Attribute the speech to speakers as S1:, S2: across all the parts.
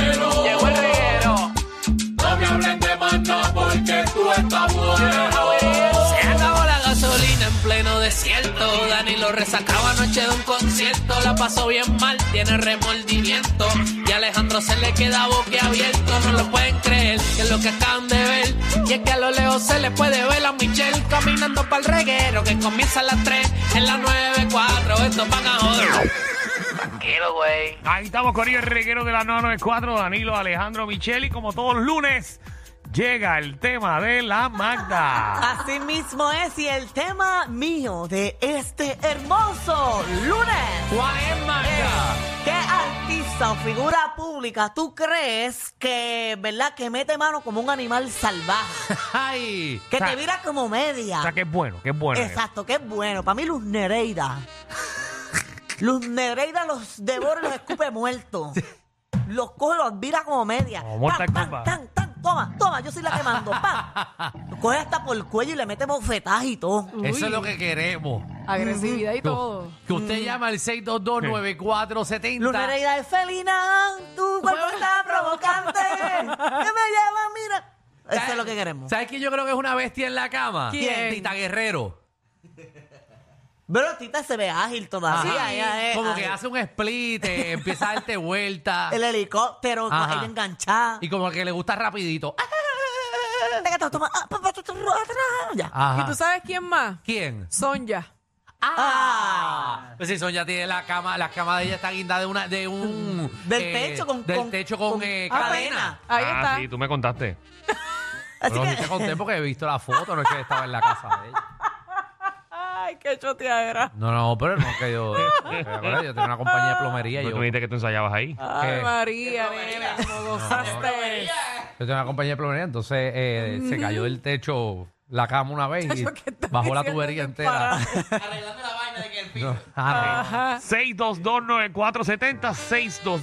S1: Llegó el reguero.
S2: No me hablen de maná porque tú estás bueno.
S1: Se acabó la gasolina en pleno desierto. Dani lo resacaba anoche de un concierto. La pasó bien mal, tiene remordimiento. Y a Alejandro se le queda boquiabierto. No lo pueden creer, que es lo que acaban de ver. Y es que a lo lejos se le puede ver a Michelle caminando para el reguero. Que comienza a las 3 en las 9, 4. Estos van a joder. Tranquilo, güey.
S3: Ahí estamos con el reguero de la 994, Danilo Alejandro Micheli. Como todos los lunes, llega el tema de la Magda.
S4: Así mismo es, y el tema mío de este hermoso lunes
S1: ¿Cuál es, Magda?
S4: es ¿Qué artista o figura pública tú crees que, verdad, que mete mano como un animal salvaje?
S3: ¡Ay!
S4: Que
S3: o sea,
S4: te mira como media.
S3: O sea, que es bueno, que es bueno.
S4: Exacto, que es bueno. Para mí Luz Nereida. Luz Nereida los devora y los escupe muertos. Los coge, los vira como media.
S3: Como Mortal
S4: Tan, tan,
S3: Kombat.
S4: tan, tan, toma, toma, yo soy la que mando. ¡Pam! Los coge hasta por el cuello y le mete bofetadas y todo.
S5: Eso es lo que queremos.
S6: Agresividad y todo. Mm.
S5: Que usted llama al
S4: Luz
S5: 6229470.
S4: Nereida es felina, tu cuerpo está provocante. Que me lleva, mira. Eso es lo que queremos.
S5: ¿Sabes quién yo creo que es una bestia en la cama?
S6: ¿Quién?
S5: Tita Guerrero.
S4: Pero Tita se ve ágil todavía.
S5: Ajá.
S4: ella es
S5: Como que
S4: ágil.
S5: hace un split, eh, empieza a darte vuelta.
S4: El helicóptero, con
S5: Ajá.
S4: ella enganchada.
S5: Y como que le gusta rapidito. Ah,
S4: Venga, te lo toma. Ah, pa, pa, tu, tu, ru, atrás, ya.
S5: Ajá.
S6: ¿Y tú sabes quién más?
S5: ¿Quién?
S6: Sonja.
S5: Ah. Pues si Sonia tiene la cama, la cama de ella está guinda de una, de un
S4: Del techo con-
S5: eh, del
S4: con-
S5: techo con,
S4: con
S5: eh,
S4: cadena.
S5: cadena.
S6: Ahí
S3: Ah,
S6: está.
S3: sí, tú me contaste.
S4: Así
S5: Bueno,
S4: que-
S5: yo te conté porque he visto la foto, no es que estaba en la casa de ella.
S6: Ay, qué choteadera.
S5: No, no, pero no que yo. eh, yo tengo una compañía de plomería.
S3: No
S5: Yo,
S3: tú me dijiste que tú ensayabas ahí.
S6: Ay,
S5: ¿Qué?
S6: María, nena, cómo gozaste.
S5: Yo tenía una compañía de plomería, entonces eh, se cayó del techo la cama una vez y
S6: Chacho, ¿qué estás
S5: bajó la
S6: diciendo
S5: tubería
S6: que
S5: entera.
S6: para?
S5: Arreglando la vaina de que el piso.
S6: Ajá.
S3: 6229470,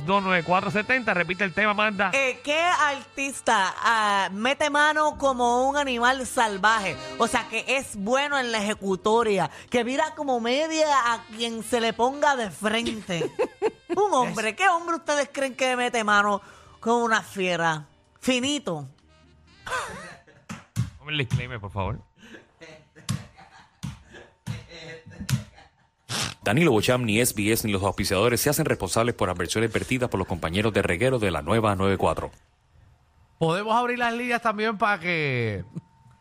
S3: 6229470. Repite el tema, Magda.
S4: Eh, ¿Qué artista ah, mete mano como un animal salvaje? O sea, que es bueno en la ejecutoria, que mira como media a quien se le ponga de frente. un hombre, ¿qué hombre ustedes creen que mete mano con una fiera? Finito.
S3: Dame el disclaimer, por favor.
S7: Danilo Bocham, ni SBS, ni los auspiciadores se hacen responsables por adversiones vertidas por los compañeros de reguero de la nueva 94.
S5: Podemos abrir las líneas también para que.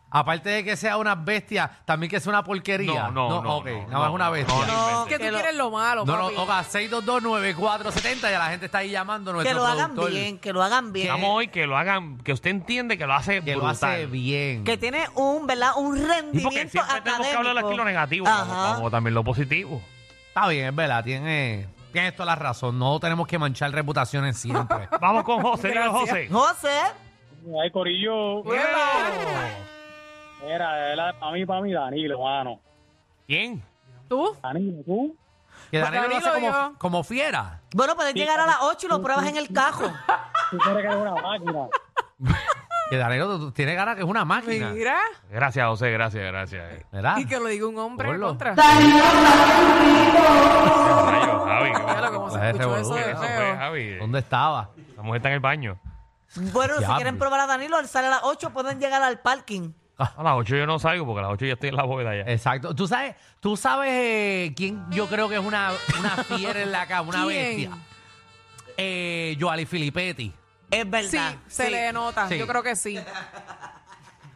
S5: Aparte de que sea una bestia, también que sea una porquería.
S3: No, no, no,
S5: ok,
S3: no,
S5: nada más
S3: no,
S5: una
S3: no,
S5: bestia.
S3: no.
S6: Es que tú
S4: que lo-
S6: quieres lo malo,
S5: No, no,
S6: papi.
S5: oiga, 6229470 ya la gente está ahí llamando.
S4: que
S5: Nuestro
S4: lo hagan
S5: productor,
S4: bien, que lo hagan bien.
S3: Vamos hoy que lo hagan, que usted entiende que lo hace
S5: Que lo
S3: brutal.
S5: hace bien.
S4: Que tiene un, ¿verdad? Un
S3: Sí, porque
S4: rendimiento
S3: siempre tenemos que hablar aquí lo negativo, como,
S4: Ajá.
S3: como también lo positivo.
S5: Está bien, es verdad, tiene, tiene toda la razón. No tenemos que manchar reputaciones siempre.
S3: Vamos con José, dile José.
S4: José,
S8: Ay, Corillo.
S6: Hueva.
S8: Mira, era para mí, para mí, Danilo, mano.
S3: ¿Quién?
S6: ¿Tú?
S8: Danilo, tú.
S5: Que Danilo lo hace
S6: Danilo,
S5: como,
S6: yo.
S5: como fiera.
S4: bueno, puedes llegar a las 8 y lo pruebas en el cajo.
S8: Tú crees que eres una máquina.
S5: Que Danilo tú- tiene ganas que es una máquina.
S6: Mira.
S3: Gracias, José, gracias, gracias.
S5: ¿Verdad?
S6: Y que lo diga un hombre en
S5: Ponlo.
S6: contra.
S3: Rayo, Javi, qué
S6: Ya lo
S3: bueno
S6: como se
S5: Pues es
S6: escuchó eso
S5: revolú-
S6: de
S3: Eso fue,
S6: feo.
S3: Javi.
S5: ¿Dónde estaba?
S3: La mujer está en el baño.
S4: Bueno, si
S5: Diablo.
S4: quieren probar a Danilo, él sale a las 8, pueden llegar al parking.
S3: A las 8 yo no salgo porque a las 8 ya estoy en la bóveda ya.
S5: Exacto. ¿Tú sabes, tú sabes eh, quién yo creo que es una, una fiera en la cama, una
S6: ¿Quién?
S5: bestia? Eh, Joali Filippetti.
S4: Es
S6: Sí,
S4: verdad.
S6: se le denota.
S5: Sí.
S6: Yo creo que sí.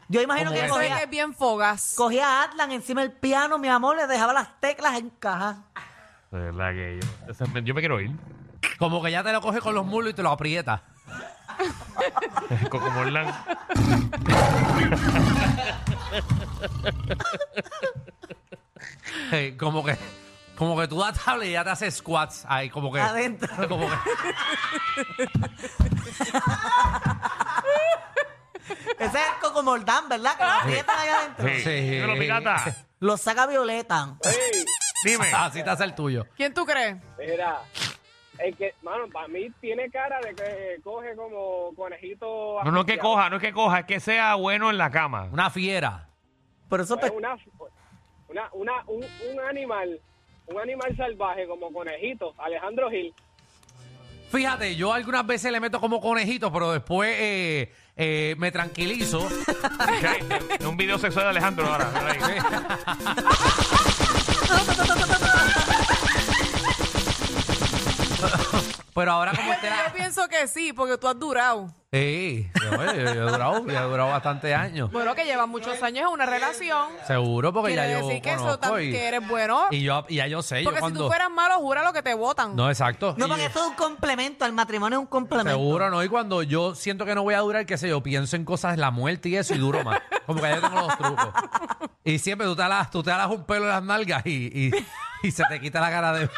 S4: Yo imagino que
S6: Eso es que
S4: cogía,
S6: es bien fogaz.
S4: cogía a Atlan encima del piano, mi amor, le dejaba las teclas en caja.
S3: De verdad que yo, ese me- yo me quiero ir.
S5: Como que ya te lo coge con los mulos y te lo aprieta.
S3: Co- Como Orlando.
S5: Eh, como que Como que tú das tabla y ya te haces squats ahí, como que.
S4: Adentro.
S5: Como que.
S4: Ese es el Cocomordán, ¿verdad? Que lo aprietan allá adentro.
S3: Sí.
S5: Sí.
S3: Dímelo, Picata.
S4: Lo saca Violeta.
S3: Dime.
S5: Así te hace el tuyo.
S6: ¿Quién tú crees?
S8: Mira, es que, mano, para mí tiene cara de que coge como conejito.
S3: No, no es que
S8: asfixiado.
S3: coja, no es que coja, es que sea bueno en la cama.
S5: Una fiera.
S4: Por eso pues,
S8: Es
S4: pe-
S8: una, una, una, un, un animal, un animal salvaje como conejito, Alejandro Gil.
S5: Fíjate, yo algunas veces le meto como conejito, pero después eh, eh, me tranquilizo.
S3: Es un video sexual de Alejandro ahora. mira ahí.
S5: pero ahora como
S6: Pues
S5: esté
S6: yo
S5: la...
S6: pienso que sí, porque tú has durado.
S5: Sí, yo, yo- yo he durado, yo he durado bastante años.
S6: Bueno, que llevas muchos años en una relación.
S5: Seguro, porque
S6: Quiere
S5: ya yo
S6: decir que eso
S5: conozco
S6: tam-
S5: y,
S6: que eres bueno.
S5: y yo, y ya yo sé. yo
S6: Porque si
S5: cuando...
S6: tú fueras malo, jura lo que te votan.
S5: No, exacto.
S4: No,
S5: Y-
S4: porque esto es un complemento. El matrimonio es un complemento.
S5: Seguro, ¿no? Y cuando yo siento que no voy a durar, qué sé yo, pienso en cosas, la muerte y eso, y duro más. Como que ya yo tengo los trucos. Y siempre tú te alas, tú te alas un pelo en las nalgas y, y, y se te quita la cara de...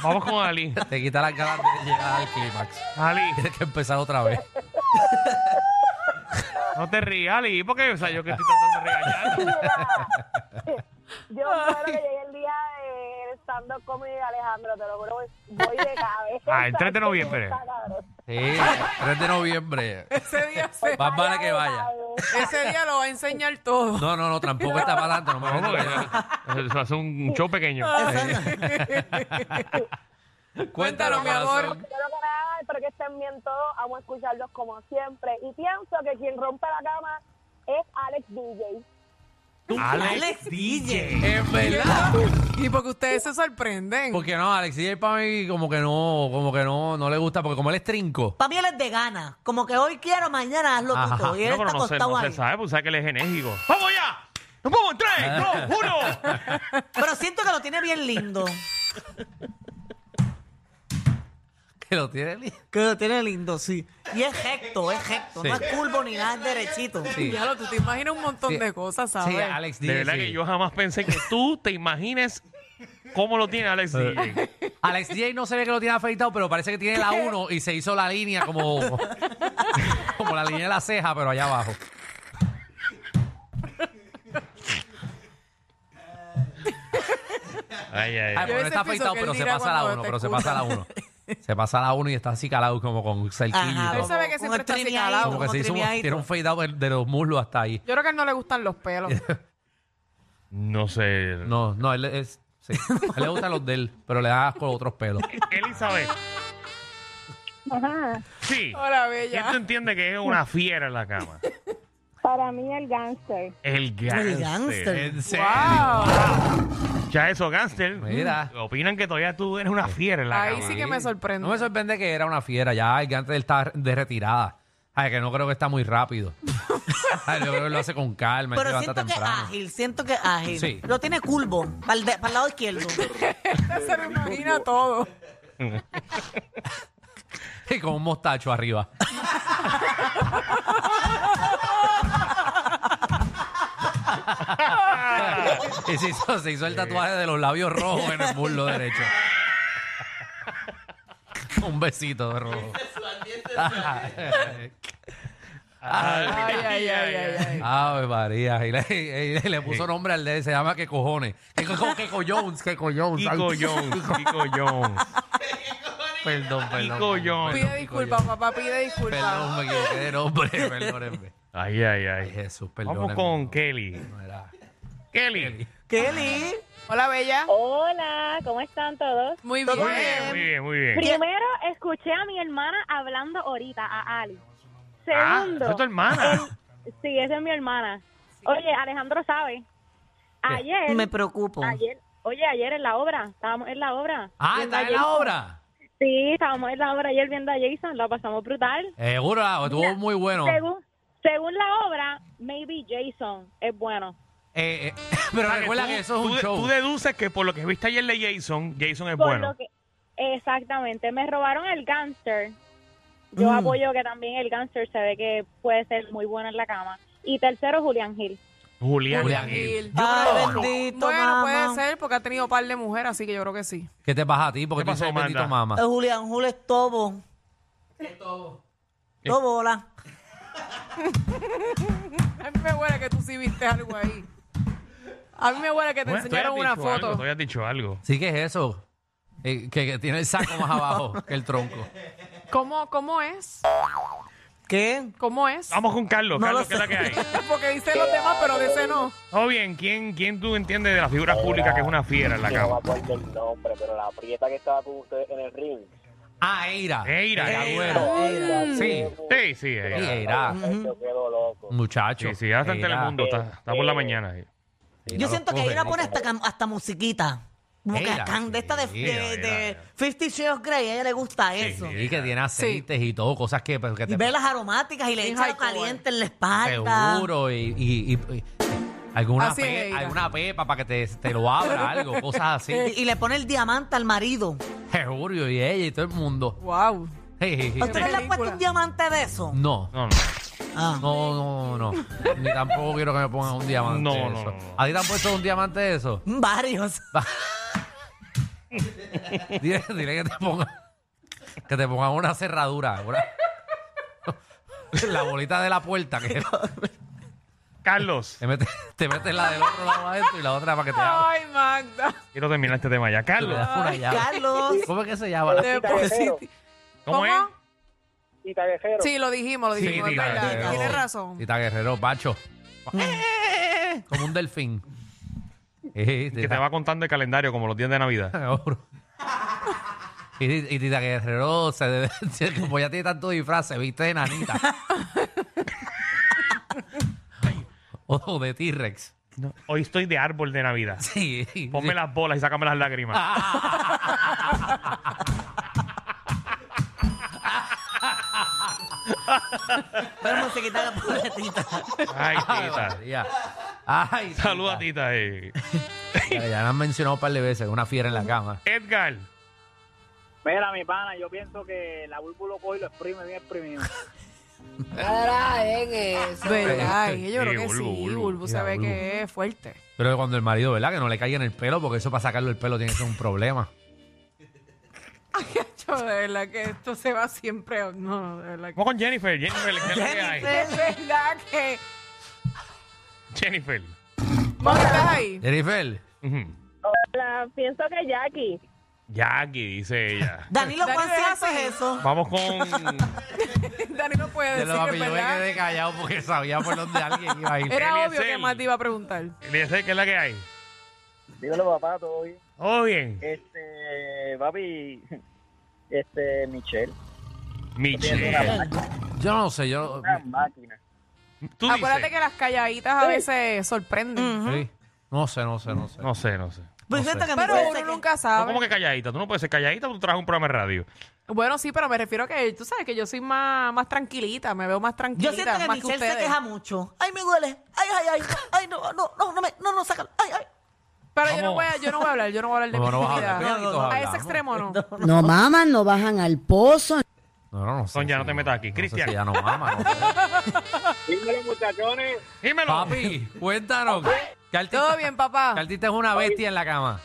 S3: Vamos con Ali.
S5: Te quita la cara de llegar al clímax.
S3: Ali,
S5: Tienes que empezar otra vez.
S3: no te rías, Ali, porque o sea, yo que estoy tratando de regañar.
S9: Yo espero que llegue el día del stand-up comedy de Alejandro, te lo juro, voy- voy de cabeza.
S3: Ah, el 3 de noviembre.
S9: Está cabrón.
S5: Sí, 3 de noviembre.
S6: Ese día se-
S5: Más vale que vaya.
S6: ese día lo va a enseñar todo.
S5: No, no, no, tampoco está para adelante. No me
S3: No,
S5: vengas.
S3: porque eso hace un show pequeño.
S6: Cuéntalo, mi amor.
S5: corazón.
S9: Primero que nada, espero que estén bien todos, amo escucharlos como siempre. Y pienso que quien rompe la cama es Alex DJ.
S4: Alex DJ.
S5: Es verdad.
S6: Y porque ustedes se sorprenden.
S5: Porque no, Alex y para mí como que no, como que no, no le gusta, porque como él es trinco.
S4: Para mí él es de gana. Como que hoy quiero, mañana hazlo
S5: Ajá.
S4: tú todo. Y él
S3: No, pero
S4: está
S3: no se,
S4: acostado
S3: no se
S4: ahí.
S3: sabe, pues sabe que él es enérgico. Ah. ¡Vamos ya! ¡Nos vamos en 3, 2, 1!
S4: Pero siento que lo tiene bien lindo.
S5: Que lo tiene li-
S4: Que lo tiene lindo, sí. Y es recto, es recto.
S5: Sí.
S4: No es curvo ni nada, es derechito.
S5: Sí.
S6: Ya lo, tú te imaginas un montón
S5: Sí.
S6: de cosas, ¿sabes?
S5: Sí, Alex
S3: De
S5: DJ.
S3: verdad que
S5: sí.
S3: yo jamás pensé que tú te imagines cómo lo tiene Alex DJ.
S5: Alex DJ no se ve que lo tiene afeitado, pero parece que tiene la 1 y se hizo la línea como, como la línea de la ceja, pero allá abajo.
S3: Ay,
S5: Ay,
S3: ay, ay.
S5: porque no
S6: ese
S5: está
S6: piso
S5: afeitado,
S6: que él
S5: pero se
S6: tira
S5: pasa la
S6: cuando
S5: 1,
S6: te
S5: pero se
S6: escucha.
S5: pasa la 1. Se pasa la 1 y está así calado como con cerquillo. y
S4: Ajá,
S5: todo.
S6: Él se ve que
S4: como- como
S6: siempre está
S4: el
S6: así
S4: trineadito,
S6: calado.
S5: Como que se hizo un,
S4: trineadito.
S5: tiene un fade out de- de los muslos hasta ahí.
S6: Yo creo que a él no le gustan los pelos.
S3: No sé.
S5: No, no, él es. sí. A él le gustan los de él, pero le da con otros pelos.
S3: Elizabeth,
S9: Ajá.
S3: sí.
S6: Hola,
S3: ¿Quién te
S6: bella.
S3: entiende que Este es una fiera en la cama?
S9: Para mí el gangster.
S3: El gangster.
S4: El gánster.
S5: En serio.
S6: Wow.
S3: Ya eso, gangster.
S5: Mira.
S3: Opinan que todavía tú eres una fiera en la
S6: Ahí
S3: cama.
S6: sí que me sorprende.
S5: No me sorprende que era una fiera. Ya el gante está de retirada. Ay, que no creo que está muy rápido. Ay, yo creo que lo hace con calma. él se
S4: Pero
S5: levanta
S4: siento que ah, es
S5: temprano.
S4: ágil, siento que es ágil.
S5: Sí.
S4: Lo tiene curvo, para el, de- para el lado izquierdo.
S6: se lo imagina todo.
S5: Y con un mostacho arriba. y se hizo, se hizo el tatuaje de los labios rojos en el muslo derecho. un besito de rojo.
S6: Ay, ay, ay, ay, ay.
S5: Ave María. Y le, y le puso nombre al de él, se llama que cojones. Que co- que cojones, que cojones.
S3: Kiko Jones, Kiko Jones.
S5: Perdón, perdón.
S3: Kiko Jones.
S6: Pide disculpas, papá, pide
S5: Perdón,
S6: disculpas.
S5: me equivoqué de nombre, perdónenme.
S3: Ay,
S5: Ay,
S3: ay, ay.
S5: Jesús, perdónenme.
S3: Vamos con Kelly.
S5: No era-
S3: Kelly.
S4: Kelly.
S6: Hola, bella.
S9: Hola, ¿cómo están todos?
S6: Muy
S4: Todo
S3: Muy bien, Eh,
S6: bien.
S3: muy bien, muy bien.
S9: Primero, escuché a mi hermana hablando ahorita, a Ali.
S3: Ah,
S9: Segundo,
S3: esa es tu hermana.
S9: sí, esa es mi hermana. Oye, Alejandro sabe. Ayer,
S4: Me preocupo.
S9: ayer, oye, ayer en la obra, estábamos en la obra.
S5: Ah,
S9: Viendo
S5: está
S9: a
S5: en la
S9: Jason.
S5: obra.
S9: Sí, estábamos en la obra ayer viendo a Jason, la pasamos brutal.
S5: Seguro, la- estuvo muy bueno. Eh,
S9: Según, según la obra, maybe Jason es bueno.
S5: eh, pero
S3: O sea, que
S5: recuerda
S3: tú-
S5: que eso es
S3: tú
S5: un
S3: de-
S5: show.
S3: Tú deduces que por lo que viste ayer de Jason, Jason es
S9: Por
S3: bueno.
S9: lo que, exactamente, me robaron el gangster. Yo
S6: Mm.
S9: apoyo que también el gangster se ve que puede ser muy bueno en la cama. Y tercero, Julián Gil.
S3: Julián,
S5: Julián
S3: Gil.
S5: Gil.
S3: Yo
S4: Ay,
S3: creo-
S4: bendito,
S6: Bueno,
S4: mamá.
S6: puede ser porque ha tenido par de mujeres, así que yo creo que sí.
S5: ¿Qué te pasa a ti? Porque
S3: ¿Qué
S5: tú
S3: pasó,
S5: dices bendito
S3: Amanda?
S5: mamá.
S4: Eh, Julián Jul es tobo. ¿Qué tobo? Tobola.
S6: A mí me huele que tú sí viste algo ahí. A mí me huele que te
S3: Bueno, tú hayas
S6: enseñaron una
S3: dicho algo,
S6: foto.
S3: tú hayas dicho algo.
S5: Sí, que es eso. Eh, que, que tiene el saco más abajo que el tronco.
S6: ¿Cómo, ¿Cómo es?
S4: ¿Qué?
S6: ¿Cómo es?
S3: Vamos con Carlos.
S4: No
S3: Carlos,
S4: lo
S3: ¿qué es la
S4: sé.
S3: que hay?
S6: pues, Porque dicen los demás, pero de ese no.
S3: Todo bien. ¿Quién, ¿Quién tú entiendes de las figuras públicas que es una fiera en la
S8: Yo no me
S3: cama?
S8: acuerdo el nombre, pero la prieta que estaba con ustedes en el ring.
S5: Ah, Eira.
S3: Eira.
S5: Eira. Sí.
S3: Sí, sí,
S5: Sí,
S3: ella.
S5: Eira.
S8: Yo quedo loco.
S5: Muchacho.
S3: Sí, sí, ahora está en
S5: Eira.
S3: Telemundo. Está, está por la mañana. sí.
S4: Yo
S5: no
S4: siento
S5: los
S4: que ahí la
S5: coge,
S4: pone hasta, cam- hasta musiquita. Como que
S5: Ella,
S4: can- de esta de,
S5: sí,
S4: de-
S3: ella,
S4: de
S3: ella.
S4: Fifty Shades of Grey, a ella le gusta eso.
S5: Sí, que tiene aceites y todo, cosas que, pues, que
S4: Y
S5: te
S4: velas aromáticas y le
S6: Sí,
S4: echa lo
S6: hardcore.
S4: caliente en la espalda.
S5: seguro y, y- y- y- alguna,
S6: Así es,
S5: pe-
S6: Eira.
S5: alguna pepa para que te, te lo abra algo, cosas así.
S4: Y, y le pone el diamante al marido.
S5: Seguro, y ella y todo el mundo.
S6: Wow.
S5: Sí, sí, sí.
S4: ¿A usted no le ha
S6: película.
S4: puesto un diamante de eso?
S5: No,
S3: No, no.
S4: Ah.
S5: no, no, no. Ni tampoco quiero que me pongan un diamante.
S3: No,
S5: de
S3: no,
S5: eso.
S3: no, no.
S5: ¿A ti te han puesto un diamante de eso?
S4: Varios.
S5: Dile, dile que te pongan que te pongan una cerradura. una- la bolita de la puerta que
S3: Carlos,
S5: te metes te metes la del otro lado adentro y la otra para que te abra.
S6: Ay, Magda.
S3: quiero terminar este tema ya.
S5: Tú le
S3: Carlos,
S5: das una llave.
S4: Carlos.
S5: ¿Cómo es que se llama?
S6: De
S8: Quita de cero.
S6: Sí,
S3: ¿cómo es?
S6: ¿Cómo?
S8: Y taguejero.
S6: Sí, lo dijimos, lo
S5: Sí,
S6: dijimos. es
S3: tira,
S6: verdad.
S3: tira.
S6: Tienes razón. Mm.
S5: Tita Guerrero, Pacho. Como un delfín. Eh,
S3: Que te
S5: Tita-
S3: va contando el calendario como los días de Navidad.
S5: Seguro. Y, y Tita Guerrero, se debe, se- como ya tiene tanto disfraz, se viste de nanita. o de T-Rex.
S3: Hoy estoy de árbol de Navidad.
S5: Sí.
S3: Ponme las bolas y sácame las lágrimas.
S4: Pero musiquita la pobrecita.
S3: Ay,
S5: Ay,
S3: tita.
S5: María. "Ah, Ay, tita.
S3: Saluda a tita. eh.
S5: Ya, ya la han mencionado un par de veces, una fiera en la cama.
S3: Edgar,
S8: Mira, mi pana, yo pienso que la Bulbu lo coge y lo exprime bien exprimido.
S6: ¿Verdad? y Yo
S3: Sí,
S6: creo que
S3: Este, Bulbo,
S6: sí.
S3: Bulbo.
S6: Bulbo se
S5: Mira,
S6: ve
S5: Bulbo.
S6: que es fuerte.
S5: Pero cuando el marido, ¿verdad? Que no le caiga en el pelo, porque eso para sacarlo el pelo tiene que ser un problema.
S6: Yo, de verdad que esto se va siempre. a- No, no, de verdad que.
S3: vamos con Jennifer. Jennifer, ¿qué es lo que hay?
S6: De verdad que.
S3: Jennifer.
S6: Magda ahí.
S5: Jennifer,
S3: Ujú.
S9: Hola, pienso que Jackie.
S3: Yaki, dice ella.
S4: Danilo Juan
S6: Danilo
S4: si haces
S6: es
S4: eso.
S3: Vamos con
S6: Dani no puede
S5: de
S6: decir,
S5: los
S6: es
S5: papi, yo me
S6: ¿verdad?
S5: quedé callado porque sabía por dónde alguien iba a ir.
S6: Era obvio
S3: Eliezer.
S6: que Magda iba a preguntar.
S3: Eliezer, ¿qué es la que hay?
S8: Dímelo, papá, todo bien.
S3: Todo bien.
S8: Este, papi, este, Michelle.
S3: Michelle.
S5: Yo no sé, yo.
S8: máquina.
S3: Tú
S6: Acuérdate
S3: dices.
S6: que las calladitas a veces sorprenden.
S5: Sí. No sé, no sé, no sé.
S3: No sé, no sé.
S4: Pues
S5: no
S4: siento
S5: sé.
S4: que me
S6: Pero
S4: parece
S6: uno
S4: que-
S6: nunca
S3: No,
S6: sabe.
S3: ¿Cómo que calladita? Tú no puedes ser calladita, tú traes un programa de radio.
S6: Bueno, sí, pero me refiero a que tú sabes que yo soy más, más tranquilita, me veo más tranquilita.
S4: Yo siento que
S6: más que
S4: Michelle se
S6: ustedes.
S4: queja mucho. Ay, me duele. Ay, ay, ay. Ay, no, no, no, no, me, no, no, sácalo. Ay, ay.
S6: Pero yo
S3: Vamos.
S6: no, voy a, yo no voy a hablar, yo no voy a hablar de
S5: No,
S6: mi
S5: no vas a hablar,
S6: vida.
S5: pero
S6: a
S5: hablamos.
S6: ese extremo no.
S10: No maman, no bajan al pozo.
S5: No, no, no sé.
S3: Sonia, no te metas aquí.
S5: no sé
S3: Cristian.
S5: si ya no mama, no sé.
S8: Dímelo, muchachones.
S3: Dímelo.
S5: Papi, cuéntanos. ¿Qué artista-
S6: Todo bien, papá.
S5: qué artista es una bestia en la cama?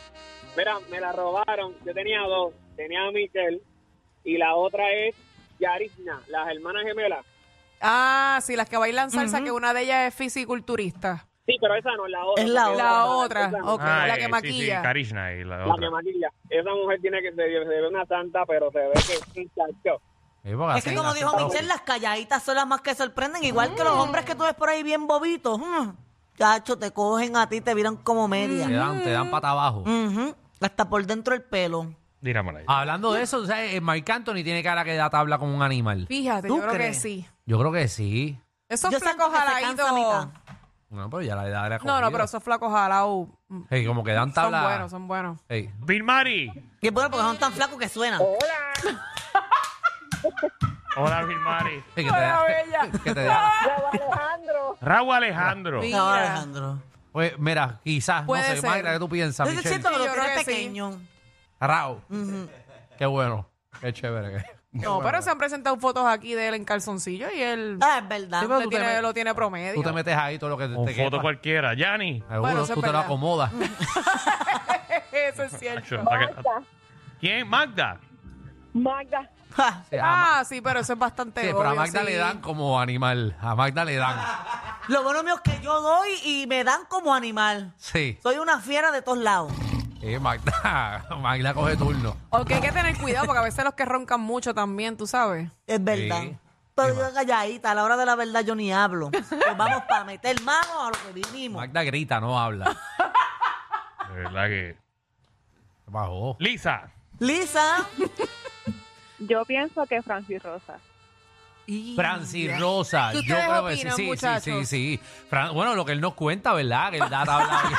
S8: Mira, me la robaron. Yo tenía dos. Tenía a Michelle y la otra es Yarisna, las hermanas gemelas.
S6: Ah, sí, las que bailan salsa, que una de ellas es fisiculturista.
S8: Sí, pero esa no, la otra.
S4: Es la
S8: porque
S4: otra.
S6: La otra,
S8: esa no.
S6: ok, la que
S3: Sí, sí,
S6: maquilla.
S3: Karishna y la
S8: La que
S3: otra.
S8: maquilla. Esa mujer tiene que se, se ve una santa, pero se ve que es un chacho.
S5: Eh, porque
S4: Es que
S5: hacen-
S4: como
S5: hacen
S4: dijo
S5: todo.
S4: Michelle, las calladitas son las más que sorprenden. Igual
S6: Mm.
S4: que los hombres que tú ves por ahí bien bobitos. Mm. Chacho, te cogen a ti, te viran como media.
S5: Te dan, te dan pata abajo.
S6: Mm.
S4: Ujú. Hasta por dentro el pelo.
S3: Díramela ahí.
S5: Hablando de eso, ¿sabes? Mark Anthony tiene cara que da tabla con un animal.
S6: Fíjate,
S4: ¿Tú
S6: yo creo que
S4: crees?
S6: sí.
S5: Yo creo que sí.
S6: Esos
S4: Yo siento
S6: flacos
S4: que se cansa a
S6: jaladitos.
S4: mitad.
S5: No, pero ya la edad era
S6: No, no, pero esos flacos jalados mm,
S5: Ey, como que dan
S6: son
S5: tabla.
S6: buenos, son buenos.
S5: Ey,
S3: Bill Mari.
S4: Y es bueno porque son tan flacos que suenan.
S6: Oh,
S3: Hola, Bill Mari.
S5: ey, que, te
S6: Hola,
S5: da-
S6: bella.
S5: que te da-
S9: Bravo, Alejandro.
S3: Raúl Alejandro.
S6: Sí.
S4: No,
S6: Mira.
S4: Alejandro.
S5: Oye, mira, quizás,
S6: Puede
S5: no sé,
S6: ser.
S5: Mayra, ¿qué tú piensas,
S4: Yo
S5: Michelle?
S4: siento que
S6: Sí,
S4: lo
S6: yo
S4: tiene
S6: creo que sí.
S4: pequeño.
S5: Rao. Qué bueno. Qué chévere. que-
S6: No, pero se han presentado fotos aquí de él en calzoncillo y él.
S4: Ah, es verdad.
S6: Sí, pero
S5: Tú te
S6: lo tiene,
S5: metes-
S6: lo tiene promedio.
S5: Tú te metes ahí todo lo que te,
S3: Con
S5: te
S3: foto
S5: quepa.
S3: cualquiera. Yanni.
S5: Seguro,
S6: Bueno, eso
S5: tú
S6: es
S5: te lo
S6: verdad. Ah,
S5: acomodas.
S6: Eso es cierto.
S3: Hasta que- ¿Quién? Magda.
S11: Magda.
S5: Sí, a Ma-
S6: Ah, sí, pero eso es bastante
S5: sí, pero
S6: obvio,
S5: a Magda
S6: sí.
S5: le dan como animal. A Magda le dan.
S4: Lo bueno mío es que yo doy y me dan como animal.
S5: Sí.
S4: Soy una fiera de todos lados.
S5: Eh, Magda, Magda coge turno.
S6: O que hay que tener cuidado porque a veces los que roncan mucho también, tú sabes.
S4: Es verdad.
S5: Sí.
S4: Pero yo calladita, a la hora de la verdad yo ni hablo. Pues vamos para meter mano a lo que vinimos.
S5: Magda grita, no habla.
S3: De verdad que.
S5: Bajó.
S3: Lisa.
S4: Lisa,
S11: Yo pienso que Francis Rosa.
S5: Francis Rosa,
S6: ¿Qué
S5: yo
S6: ustedes
S5: creo que sí,
S6: opinan,
S5: sí, sí, sí,
S6: muchachos?
S5: sí. Fran- bueno, lo que él nos cuenta, ¿verdad? Que él da tabla bien.